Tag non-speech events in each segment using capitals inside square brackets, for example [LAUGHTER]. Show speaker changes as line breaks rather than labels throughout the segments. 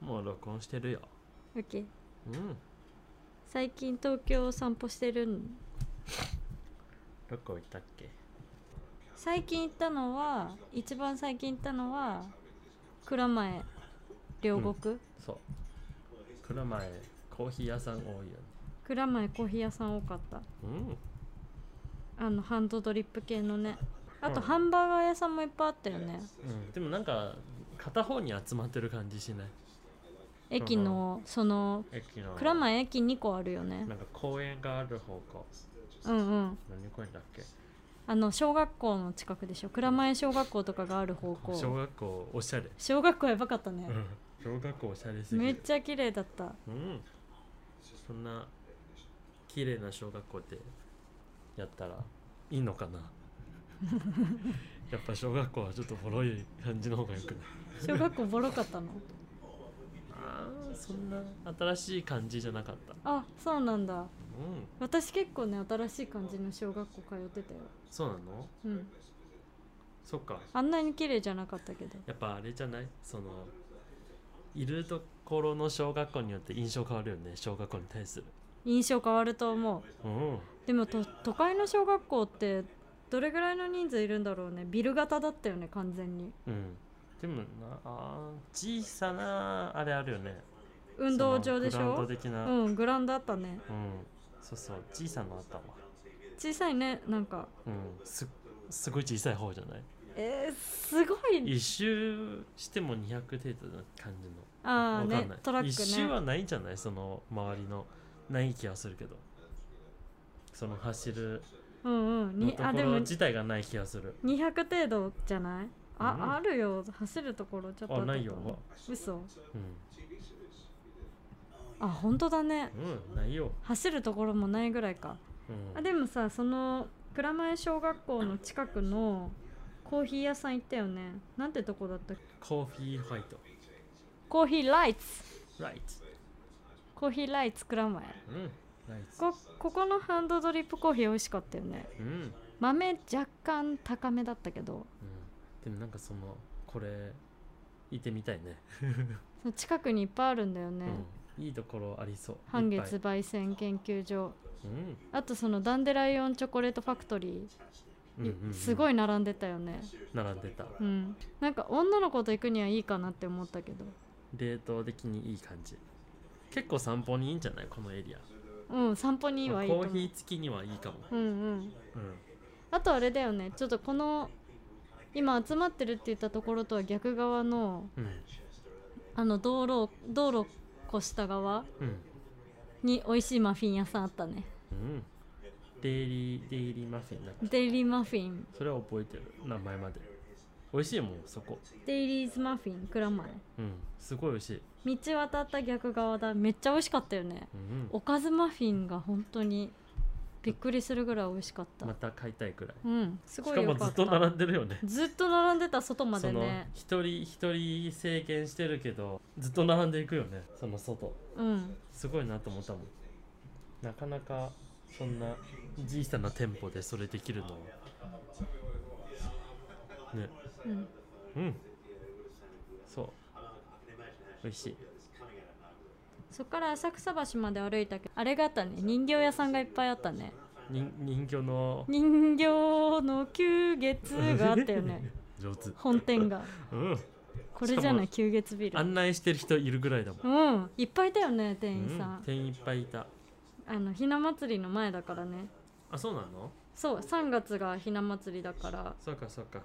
もう録音してるよ
OK
うん
最近東京を散歩してるん
どこ行ったっけ
最近行ったのは一番最近行ったのは蔵前両国、
そう蔵前コーヒー屋さん多いよね
蔵前コーヒー屋さん多かった
うん
あのハンドドリップ系のねあと
うん
ハンバーガー屋さんもいっぱいあったよね
うん、でもなんか片方に集まってる感じしない
駅のその
駅の
蔵前駅2個あるよね
なんか公園がある方向
うんうん
何公園だっけ
あの小学校の近くでしょ蔵前小学校とかがある方
小
向
学校おしゃれ、
小学校やばかったね
うん、小学校おしゃれすぎ
めっ
る
ちゃ綺麗だった
うんそんな綺麗な小学校でやったらいいの
[LAUGHS]
かなやっぱ小学校はちょっとボロい感じの方がよくない
小学校ボロかっ
[LAUGHS]
たの
あーそんな新しい感じじゃなかった
あそうなんだ
うん
私結構ね新しい感じの小学校通ってたよ
そうなの
うん
そっか
あんなに綺麗じゃなかったけど
やっぱあれじゃないそのいるところの小学校によって印象変わるよね小学校に対する
印象変わると思う
うん
でもと都会の小学校ってどれぐらいの人数いるんだろうねビル型だったよね完全に
うんでもなあー小さなあれあるよね
運動場でし
そのグラウン
ょ
ド的な、
うんグラウンドあったね
うん、そうそう小さなあったわ、
小さいねなんか
うん、すすごい小さい方じゃない
えー、すごい
一周しても200程度な感じの
ああ
わか
ね
んない
トラ
一
ッ
周
クね
はないんじゃないその周りのない気がするけどその走る
うんうん
の
に
と
あ
こ
で
ろ
も
自体がない気がする
200程度じゃないあ、
うん
あるよ走るところちょっと
あ
後々
ないよ
嘘
う
あ本当だね
ん、うん、ないよ、
走るところもないぐらいか
うん、
あでもさその蔵前小学校の近くのコーヒー屋さん行ったよねなんてとこだったっけ
コーヒーファイト
コーヒーライツ
ライツ
コーヒーライツ蔵前
うんライツ
こここのハンドドリップコーヒー美味しかったよね
うん、うん、
豆若干高めだったけど
でもなんかそのこれ行ってみたいね
その近くにいっぱいあるんだよね、
うん、いいところありそう
半
いっぱい
月焙煎研究所
うん
あとそのダンデライオンチョコレートファクトリ
うんうん
ー、
うん、
すごい並んでたよね
並んでた
うんなんか女の子と行くにはいいかなって思ったけど
冷凍的にいい感じ結構散歩にいいんじゃないこのエリア
うん散歩にはいいと
コ
思う
ーヒー付きにはいいかも、
うんうん
うん、
あとあれだよねちょっとこの今集まってるって言ったところとは逆側の
うん
あの道路道路越した側
うん
に美味しいマフィン屋さんあったね
うんデイリーデイリーマフィンだっけ
デイリーマフィン
それは覚えてる名前まで美味しいもんそこ
デイリーズマフィン蔵前
うんすごい美味しい、
道渡った逆側だめっちゃ美味しかったよね
うん
おかずマフィンが本当にびっくりするぐらい美味しかった、
また買いたいくらい
うん
し
すご
か
い
も
よか
ず
っ
ったと並んでるよね
ずっと並んでた外ま
そ
で
の
ね
一人一人制限してるけどずっと並んでいくよねその外
うん
すごいなと思ったもんなかなかそんな小さな店舗でそれできるのはね
うん
うんそう美味しい
そっから浅草橋まで歩いたけどあれがあったね人形屋さんがいっぱいあったね
人人形の
人形の旧月があったよね
[LAUGHS] 上手
本店が
うん
これじゃない旧月ビル
案内してる人いるぐらいだもん
うんいっぱいいたよね店
う
員さ
ん
ん、
店員いっぱいいた
あのひな祭りの前だからね
あそうなの
そう3月がひな祭りだから
そうかそうか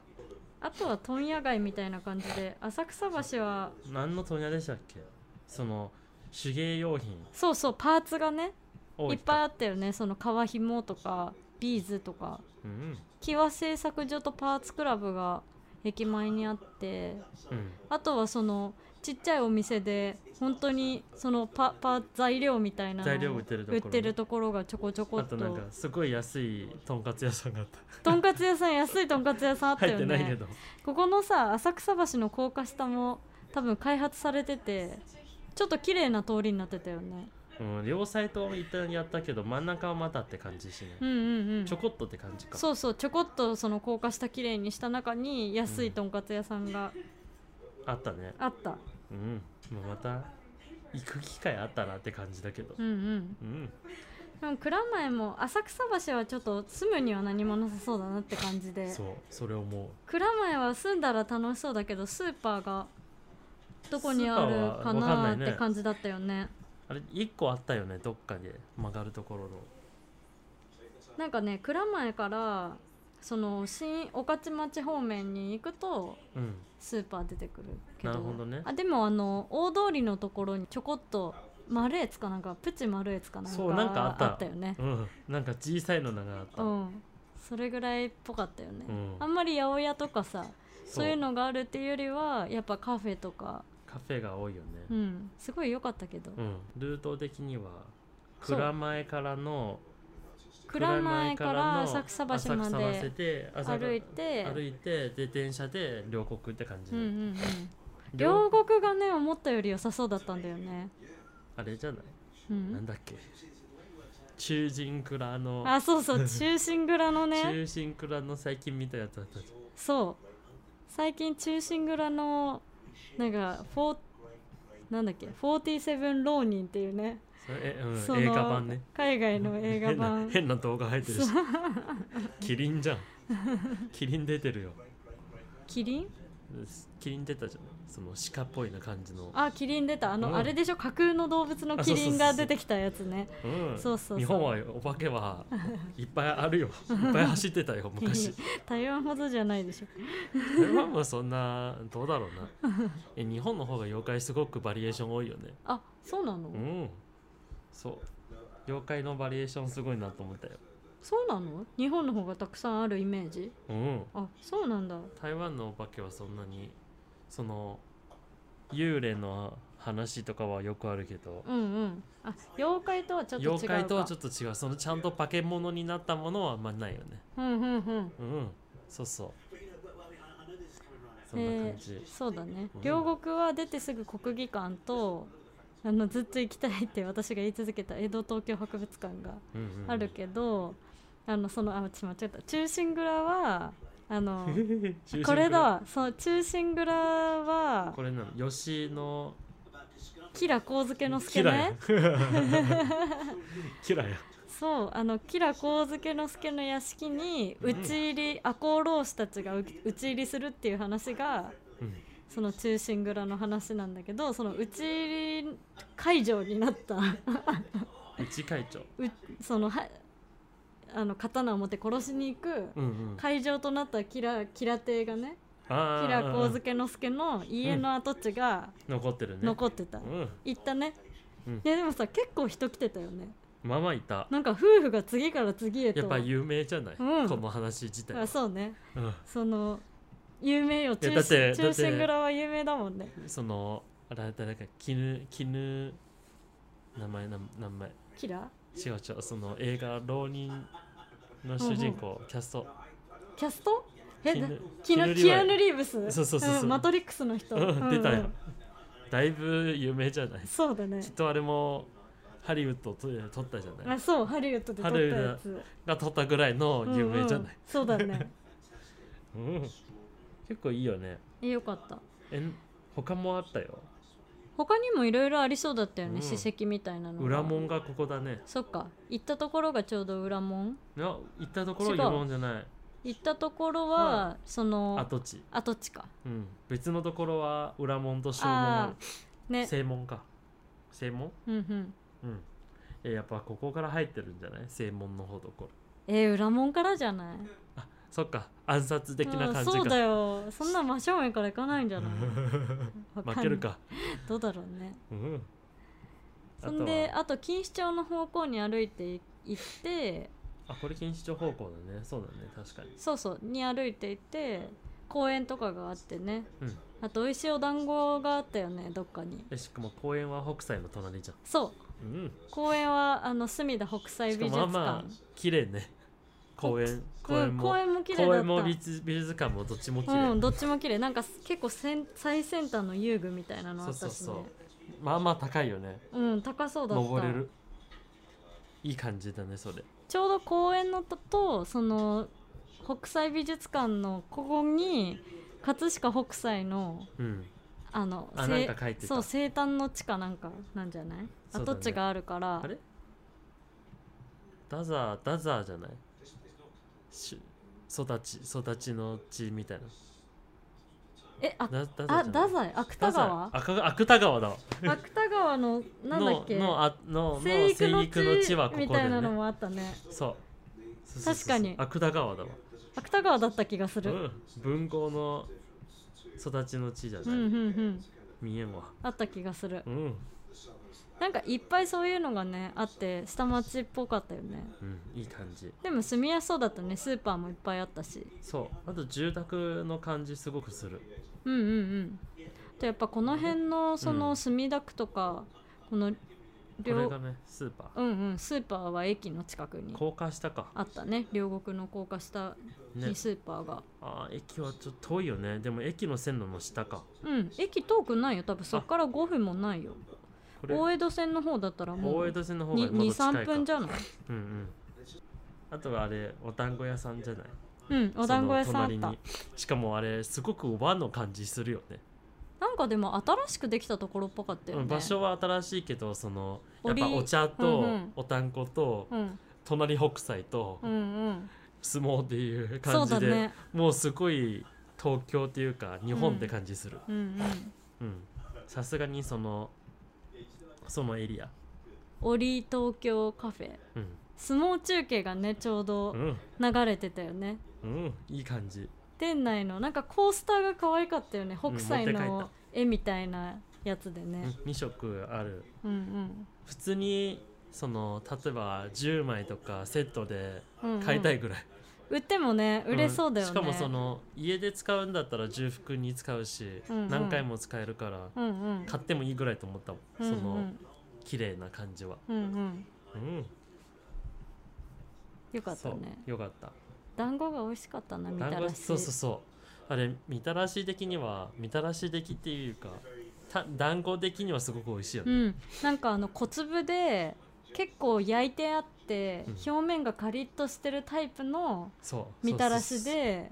あとは問屋街みたいな感じで浅草橋は
何の問屋でしたっけその手芸用品
そうそうパーツがね
を
いっぱいあ
い
ったよねその革紐とかビーズとか
うん
木和製作所とパーツクラブが駅前にあって
うん
あとはそのちっちゃいお店で本当にそのパパ材料みたいなのを
材料売ってるところ
売っ
ね
てるところがちょこちょこ
あ
っ
と
と
なんかすごい安いとんかつ屋さんがあった
とんかつ屋さん安いとんかつ屋さんあった
入っ
よ
てないけ
ね
ど
ここのさ浅草橋の高架下も多分開発されててちょっと綺麗な通りになってたよね
うん、両サイトを一旦やったけど真ん中はまたって感じし
う
ない
んうんうん
ちょこっとって感じか
そうそうちょこっとその高架下綺麗にした中に安いとんかつ屋さんが
あったね
あった
うんもうまた行く機会あったなって感じだけど
うんうん
うん
でも蔵前も浅草橋はちょっと住むには何もなさそうだなって感じで
そうそれ思う
蔵前は住んだら楽しそうだけどスーパーがどこにあるか
スーパーはわかんな
ない
ね
って感じだったよね
あれ1個あったよねどっかで曲がるところの
なんかね蔵前からその新御徒町方面に行くと
うん
スーパー出てくるけど
なるほどね
あでもあの大通りのところにちょこっと丸越かなんかプチ丸越かなんか
そうなんかあった
よね
うんなんか小さいのがあった、
うんそれぐらいっぽかったよね、
うん
あんまり八百屋とかさ
そ
そういうのがあるっていうよりはやっぱカフェとか
カフェが多いよね
うんすごい良かったけど、
うん、ルート的には
そう
蔵前からの
蔵前から
蔵
浅
前
草
からの
橋ま
浅草
で
橋で浅草
歩いて
歩いてで電車で両国って感じ、
うんうんうん
両
両国がね思ったより良さそうだったんだよね、
あれじゃない、
う
なん
ん、
だっけ中心蔵の
あそ
[LAUGHS]
うそう中心蔵のね
中心蔵の最近見たやつだったじ
そう最近中心蔵のなんかフォーなんだっけ47浪人っていうね
ゃんそれえ、うん
その
映画版ね
海
[LAUGHS]
外の映画版
変な変な動画入ってるしキリンじゃんキリン出てるよ
キリン
キリン出たじゃんその鹿っぽいな感じの
あキリン出たあの、
うん
あれでしょ架空の動物のキリンが出てきたやつね
うん、
そうそうそう
日本はお化けはいっぱいある
[LAUGHS]
よいっぱい走ってたよ昔
台湾ほどじゃないでしょ
台湾もそんなどうだろうなえ日本の方が妖怪すごくバリエーション多いよね
あそうなの、
うんそう妖怪のバリエーションすごいなと思ったよ
そうなの日本の方がたくさんあるイメージ
うん
あそうなんだ
台湾のお化けはそんなにその幽霊の話とかはよくあるけど
うんうんあ妖怪とはちょっと違うか
妖怪とはちょ
っ
っと違うそのちゃんと化け物になったものはあんまないよね
とうんうんうん
うんそうそうそんな感じ
えー、そうだね
うん
両国は出てすぐ国技館とあのずっと行きたいって私が言い続けた江戸東京博物館が
うんうんうん [LAUGHS]
あるけど、あのそのあち間違った中心蔵はあのこれだわそう中心蔵は
これなの吉野
吉良幸助之
キ
助
ラ
ね
や
[LAUGHS]
キラや
そうあの吉良幸助之助の屋敷に
うん
討ち入り赤穂浪士たちがう討ち入りするっていう話が
うん
その中心蔵の話なんだけどその討ち入り会場になった [LAUGHS]
内会長
うそのはあの刀を持って殺しに行く
うんうん
会場となった吉良吉良邸がね
あ
吉
ー
良幸助之助の家の跡地が
残ってるね
残ってた、
うん
行ったね、
うん
いやでもさ結構人来てたよね
ママいた
なんか夫婦が次から次へと
やっぱ有名じゃない、
うん
この話自体は
あそうね
う
その有名よ
いや
中
だって
心
だって
中心蔵は有名だもんね
んそのあれ誰か絹絹名前な名前
キラ
違う違うその映画浪人の主人公、キャスト
キャストえ
キヌ
なキ
キヌリヴ
ヌ
ァイ
キアヌ・リーブス
そうそうそうそうん
マトリックスの人、
うん出た
うんう
よ
ん
だいぶ有名じゃない
そうだね
きっとあれもハリウッドと撮ったじゃない
あそうハリウッドで撮ったやつ
が撮ったぐらいの有名じゃ
うんう
なんい、
そうだ
[LAUGHS]
ね
うん結構いいよね
えよかった
え他もあったよ
他にもいろいろありそうだったよね、
うん
史跡みたいなのが
裏門がここだね
そっか行ったところがちょうど裏門
いや行ったところ
違う
裏門じゃない
行ったところは、その
跡地、
跡地か
うん、別のところは裏門と正門あ
あ
る
あね
正門か正門
うんうん
うんえやっぱここから入ってるんじゃない正門の方ところ
えー、裏門からじゃない
そっか暗殺的な感じ
うん
か、
そうだよそんな真正面から行かないんじゃないわんない
[LAUGHS] 負けるか
どうだろうね
うんあと
そんで
は
あと錦糸町の方向に歩いてい行って
あこれ錦糸町方向だねそうだね確かに
そうそうに歩いていて公園とかがあってね
うん
あと美味しいお団子があったよねどっかに
えしかも公園は北斎の隣じゃん
そう
うん
公園はあの隅田北斎
しか
美術
もまあ
館
まあ綺麗ね公園公園
うん、
も
公園も綺麗だった
公園も美術美術館もどっちも綺麗、
うんどっちも綺麗なんか結構せん最先端の遊具みたいなの
そ
あっ
う
たし
そ
ね
うそうまあまあ高いよね
うん高そうだった
登れるいい感じだねそれ
ちょうど公園のととその北斎美術館のここに葛飾北斎の
うん
あの
あ
せい
なんか書いてた
そう生誕の地かなんかなんじゃない、
そうだね
跡地があるから
あれダザーダザーじゃないし育ち育ちの地みたいな
えあ
ダダザー
あ
じゃない
太宰芥
ダザー
川
あか芥川だわ
芥川のなんだっけ
ののあのの
生育の地
生はこ
み
こだ
たい
よ
なの
ね
もあったね
そうそうそうそう
確かに
芥川だわ
芥川だった気がす
う
る、
ん文豪の育ちの地じゃ
う、
なんい、
うんうん
見えんわ
あった気がする
うん、
なんかいっぱいそういうのがねあって下町っぽかったよね
うん、いい感じ
でも住みやすそうだったねスーパーもいっぱいあったし
そうあと住宅の感じすごくする
うんうんうんあとやっぱこの辺のそうの
ん
墨田区とか、この
これ
両
がねスーパー
うんうんスーパーは駅の近くに
高架下か
あったね両国の高架下
ね
にスーパーが、
あー駅はちょっと遠いよねでも駅の線路の下か
うん駅遠くないよ多分そっから5分もないよ
これ
大江戸線の方だったらも
大江
う
戸線の方がまだ近
23
いか
分じゃない
うんうんあとはあれお団子屋さんじゃない
うんお団子屋さんあ
そ
っ
の
た
隣にしかもあれすごく和の感じするよね
なんかでも新しくできたところっぽかったよ
う
ね
ん場所は新しいけどそのやっ
折
ぱお茶と
うんうん
お団子と
うん
隣北斎と
うんうん
相撲っていう
そ
感
う
じ
だ
で、
ね
もうすごい東京っていうか日本って感じする
うんうん
うんさすがにそのそのエリア
折東京カフェ
うん
相撲中継がねちょうど
うん
流れてたよね
うんいい感じ
店内のなんかコースターが可愛かったよね
うん
北斎
持って
の絵みたいなやつでね
2色ある
うん
普通にその例えば10枚とかセットで
うんうんうん
買いたいぐらい、
売ってもね売れそうだよね
んしかもその家で使うんだったら重複に使うし、
うんうん
何回も使えるから
うんうん
買ってもいいぐらいと思ったもん、
うんう
その
ん
綺麗な感じは
うんうん
うん
よかった
そう
ね
よかった
団子が美味しかったなみた
団
ら
子
し
そうそうそうあれみたらし的にはみたらし的っていうかた団子的にはすごく美味しいよ
う
ね、
ん、なんかあの小粒で結構焼いてあって、
うん
表面がカリッとしてるタイプの
そう
みたら
そう
し
そうそう
で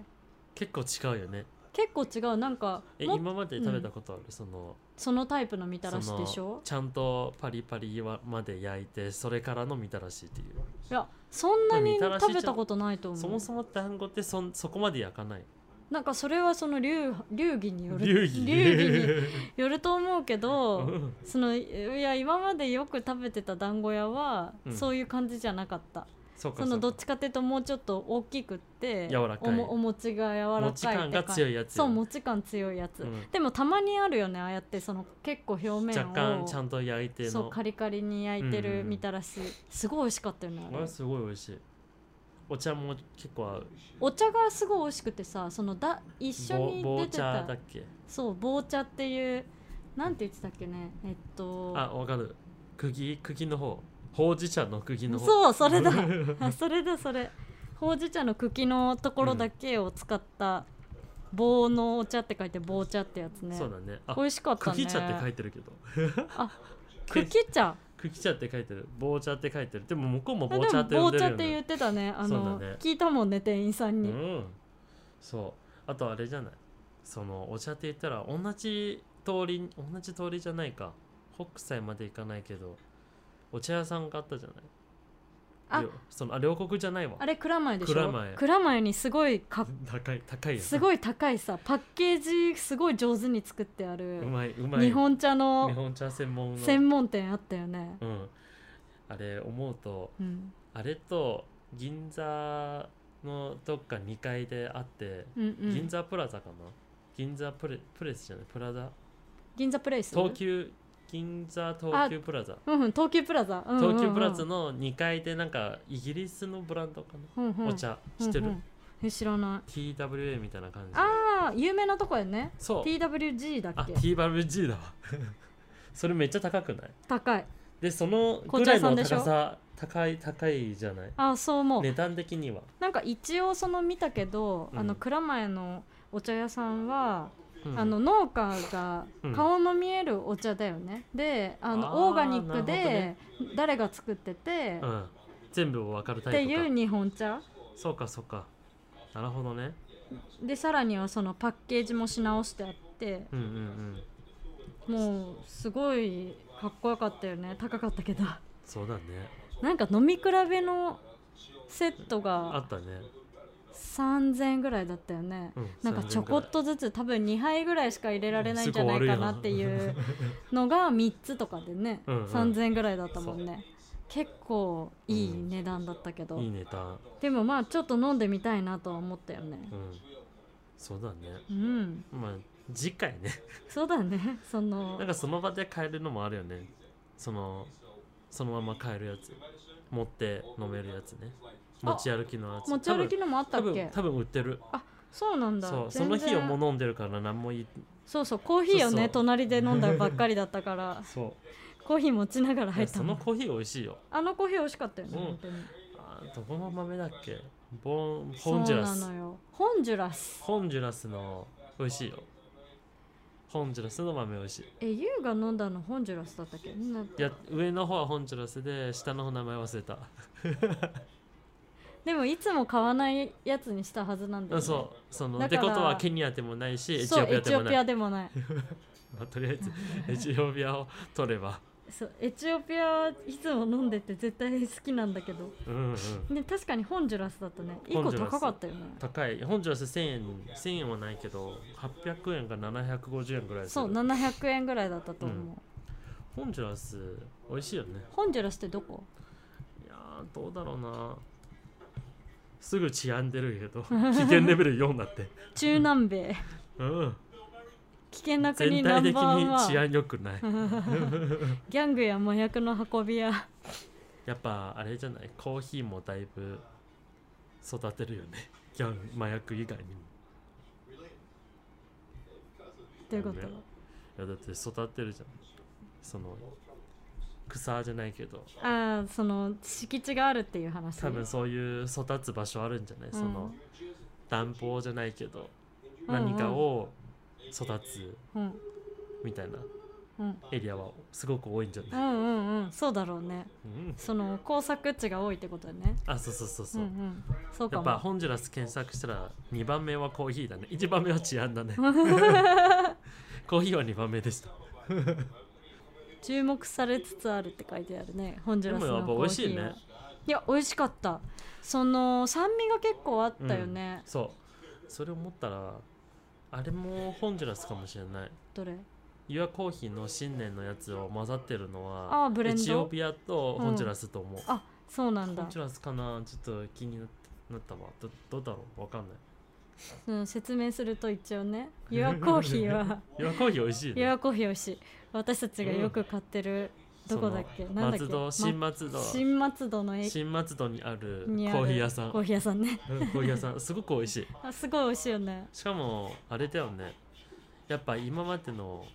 結構違うよね
結構違うなんか
え
も
今まで食べたことある、その
そのタイプのみたらしでし
そ
ょ
のちゃんとパリパリはまで焼いてそれからのみたらしっていう、
いやそんなに
みたらしじゃ
食べたことないと思う
そもそも団子ってそんそこまで焼かない
なんかそれはその流流儀による
流儀
に
[LAUGHS]
よると思うけ
う
ど
ん
そのいや今までよく食べてた団子屋は、
うん
そういう感じじゃなかった
そうか
そのどっ
か
ちかっていうともうちょっと大きくって
柔らかい
おもお餅が柔ら
持ち
かい
感
って
が
か
強いやつ
そう
よね
もち感強いやつ、
うん
でもたまにあるよねああやってその結構表面を
若干ちゃんと焼いて
そう
の
カリカリに焼いて
うんう
る
んうん
みたらし、すごい美味しかったよねあ
こ
れ
れすごい美味しいお茶も結構合う
お茶がすごい美味しくてさそのだ一緒
ぼ
に
棒
出て
茶
た
だっけ
そう棒茶っていうなんて言ってたっけねえっと
あわかる釘釘の方ほうじ茶の釘の方う
そうそ
[LAUGHS]
れだあそれだそれほうじ茶の茎のところだけを使った棒のお茶って書いて棒茶ってやつね
そうだねあ
美味しかったね
釘茶って書いてるけど
茎茶
茎茶って書いてる棒茶って書いてるでも向こうも
あで
棒茶
も
って呼ん
棒
でるよ、
茶
ね、
って言ってたねあの
そうだね
聞いたもんね店員さんに、
うんそうあとあれじゃないそのお茶って言ったら同じ通り同じ通りじゃないか北斎まで行かないけどお茶屋さんがあったじゃない
あ
りょそのあ両国じゃないわ
あれ蔵前でしょ
蔵前
前にすごいか
高い高いよね
すごい高いさパッケージすごい上手に作ってあ
う
る
まいうまい
日本茶
日
の
本茶専門の
専門店あったよね、
うんあれ思うと
うん、
あれと銀座のどっか2階であって、
うんうん
銀座プラザかな銀座プレプレスじゃないプラザ
銀座プレイス
東急銀座東急プラザ
うんうん東急プラザ、うんうんうん
東急プラザの2階でなんかイギリスのブランドかな、
うんうん
お茶知ってる、
うんうんえ知らない
TWA みたいな感じ
ああ有名なとこやね
そう
TWG だっ
あ
け
TWG だわ [LAUGHS] それめっちゃ高くない
高い
でそのぐらいの
紅茶屋さんでしょ
高さ高い高いじゃない
ああそう思う、
値段的には
なんか一応その見たけど、
うん
あの蔵前のお茶屋さんは、
うん
あの農家が
うん
顔の見えるお茶だよね、であの
あー
オーガニック
な
で
る
誰が作ってて、
う
っ
ん全部分かるタ
て
イ
い
プ
う
か
日本茶
そうかそうかなるほどね
でさらにはそのパッケージもし直してあって
うんうんうん
もうすごいかっこよかったよね高かったけど [LAUGHS]
そうだね
なんか飲み比べのセット
あ
が
ったね
3000円ぐらいだったよね、
うん
なんかちょこっとずつ多分2杯ぐらいしか入れられないんじゃないかなっていう
すご悪やん
のが3つとかでね
うんうん
3000円ぐらいだったもんね結構いい値段だったけど、
いいネタ
でもまあちょっと飲んでみたいなとは思ったよね
うんそうだね
うん
まあ次回ね [LAUGHS]
そうだねその
なんかその場で買えるのもあるよねそのそのまま買えるやつ持って飲めるやつね
あ
持ち歩きのやつ
持ち歩き
の
のもあった
多
っ
分多分
け
多分売ってる
そうなんだ
そうそ
全
の
然
日をもう飲んでるから何も言い
そうそうコーヒーを
そうそ
ね
う
隣で飲んだばっかりだったから
[LAUGHS] そ
コーヒー持ちながら
うい
入
や
った
そ
も
の
ん
コーヒー美味しいよ
あのコーヒー美味しかったよね、
うん
本当に
あーどこの豆だっけボンホンジュラ
そう
ス
なのよホンジュラス
ホンジュラスの美味しいよホンジュラスの豆美味しい
えユウが飲んだのホンジュラスだったっけなん
いや上の方はホンジュラスで下の方名前忘れた
でもいつも買わないやつにしたはずなんだよ、
あ
ね、
そうその
だ
っ
か
て
ら
ことはケニアでもないしエチ
そ
オ
う
ピア
エチ
でも
オ
ない
ピアでもない
[LAUGHS] まあ、とりあえずエ
[LAUGHS]
チオピアを取れば
そうエチオピアはいつも飲んでて絶対好きなんだけど
うんうん
で確かにホンジュラスだったね1
ホ
個
ンジュラス
高かったよね
高いホンジュラス1000円1000円はないけど800円か750円ぐらいする
そう700円ぐらいだったと思う、
うんホンジュラス美味しいよね
ホンジュラスってどこ
いやーどうだろうなすぐ治安出るけど [LAUGHS] 危険レベル4だって
中南米
うん
危険な国
全
ナ
体
ン
的
バーワ
に治
ン
安良くない
ギャングや麻薬の運
[LAUGHS]
び屋
やっぱあれじゃないコーヒーもだいぶ育てるよねギャン麻薬以外にも
ということ
ねいやだって育てるじゃんその草じゃないけど
ああその敷地があるっていう話
多分そういう育つ場所あるんじゃない、
うん
その暖房じゃないけど
うんうん
何かを育つ
うん
みたいな
うん
エリアはすごく多いんじゃ
う
ない、
んうんうんそうだろうね
うん、
その工作地が多いってことだね
あそうそうそう
う
そ
ん
う、
うんそう
や
か
っぱ
も
ホンジュラス検索したら2番目はコーヒーだね1番目は治安だ
[LAUGHS]
ねコーヒーは2番目でした
注目されつつあるって書いてあるねホンジュラス
でも
の
やっ
コ
ぱ美
ー
味
ヒ
しい
ー
ね
は、いや美味しかったその酸味が結構あったよね、
うんそうそれ思ったらあれもホンジュラスかもしれない
どれ
ユアコーヒーの新年のやつを混ざってるのは
あーブレンド
エチオピアとホンジュラスと思う、
あそうなん
ホ
だ
ンジュラスかなちょっと気になったわどどうだろうわかんない
うん、説明すると一応ねユアコーヒ
[LAUGHS]
ーは
ユアコーヒー美味しい
ユ
ね
アコーヒー美味しい私たちがよく買ってる、どこだっけ
その
なんだっけ
松戸新松戸
ま新松戸の駅
新松戸にある
にある
コーヒー屋さん
コーヒー屋さんね [LAUGHS]
うんコーヒー屋さんすごく美味しい
あすごい美味しいよね
しかもあれだよねやっぱ今までの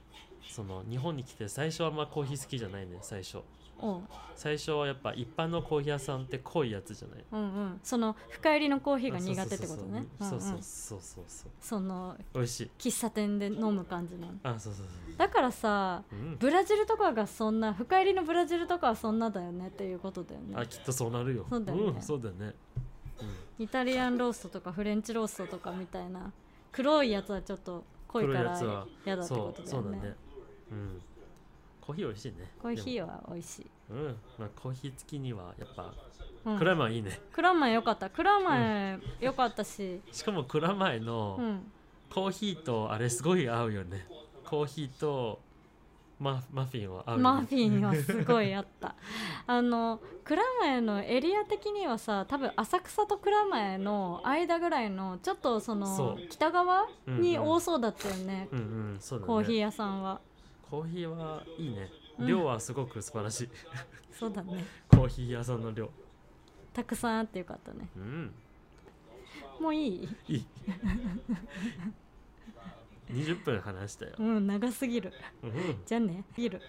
その日本に来て最初はあんまコーヒー好きじゃないね最初
おう
最初はやっぱ一般のコーヒー屋さんって濃いやつじゃない
うんうんその深入りのコーヒーが
あ
苦手ってことねうんう
そうそうんそうそうそう
その
美味しい
喫茶店で飲む感じなの
あそうそうそう
だからさ
うん
ブラジルとかがそんな深入りのブラジルとかはそんなだよねっていうことだよ
あ
ね
きっとそうなるよ
そうだよね
ん、そうだよね
イタリアンローストとかフレンチローストとかみたいな黒いやつはちょっと濃いか
黒いや
ら
つは
嫌だってこ
そ
と
う
だ
そ
よ
うだ
ね
ねうんコーヒー美味しいね
コーヒ
で
ーは美味しい、
もうんまあコーヒー付きにはやっぱ
うん、
クラマーいいね
クラマエ良かったクラマエ良かったし、
しかもクラマーの
うん、
コーヒーとあれすごい合うよねコーヒーとママフィンは合うよね
マフィンはすごいあった
[LAUGHS]
あのクラマエのエリア的にはさ多分浅草とクラマエの間ぐらいのちょっとその
そう
北側に
うんうん
多そうだったよね、
うんうんそうだね
コーヒー屋さんは
コーヒーはいいね
うん
量はすごく素晴らしい、
そうだね
コーヒー屋さんの量
たくさんあってよかったね
うん
もういい
い
[LAUGHS]
い20分話したよ、
うん長すぎる
うん
じゃあねいる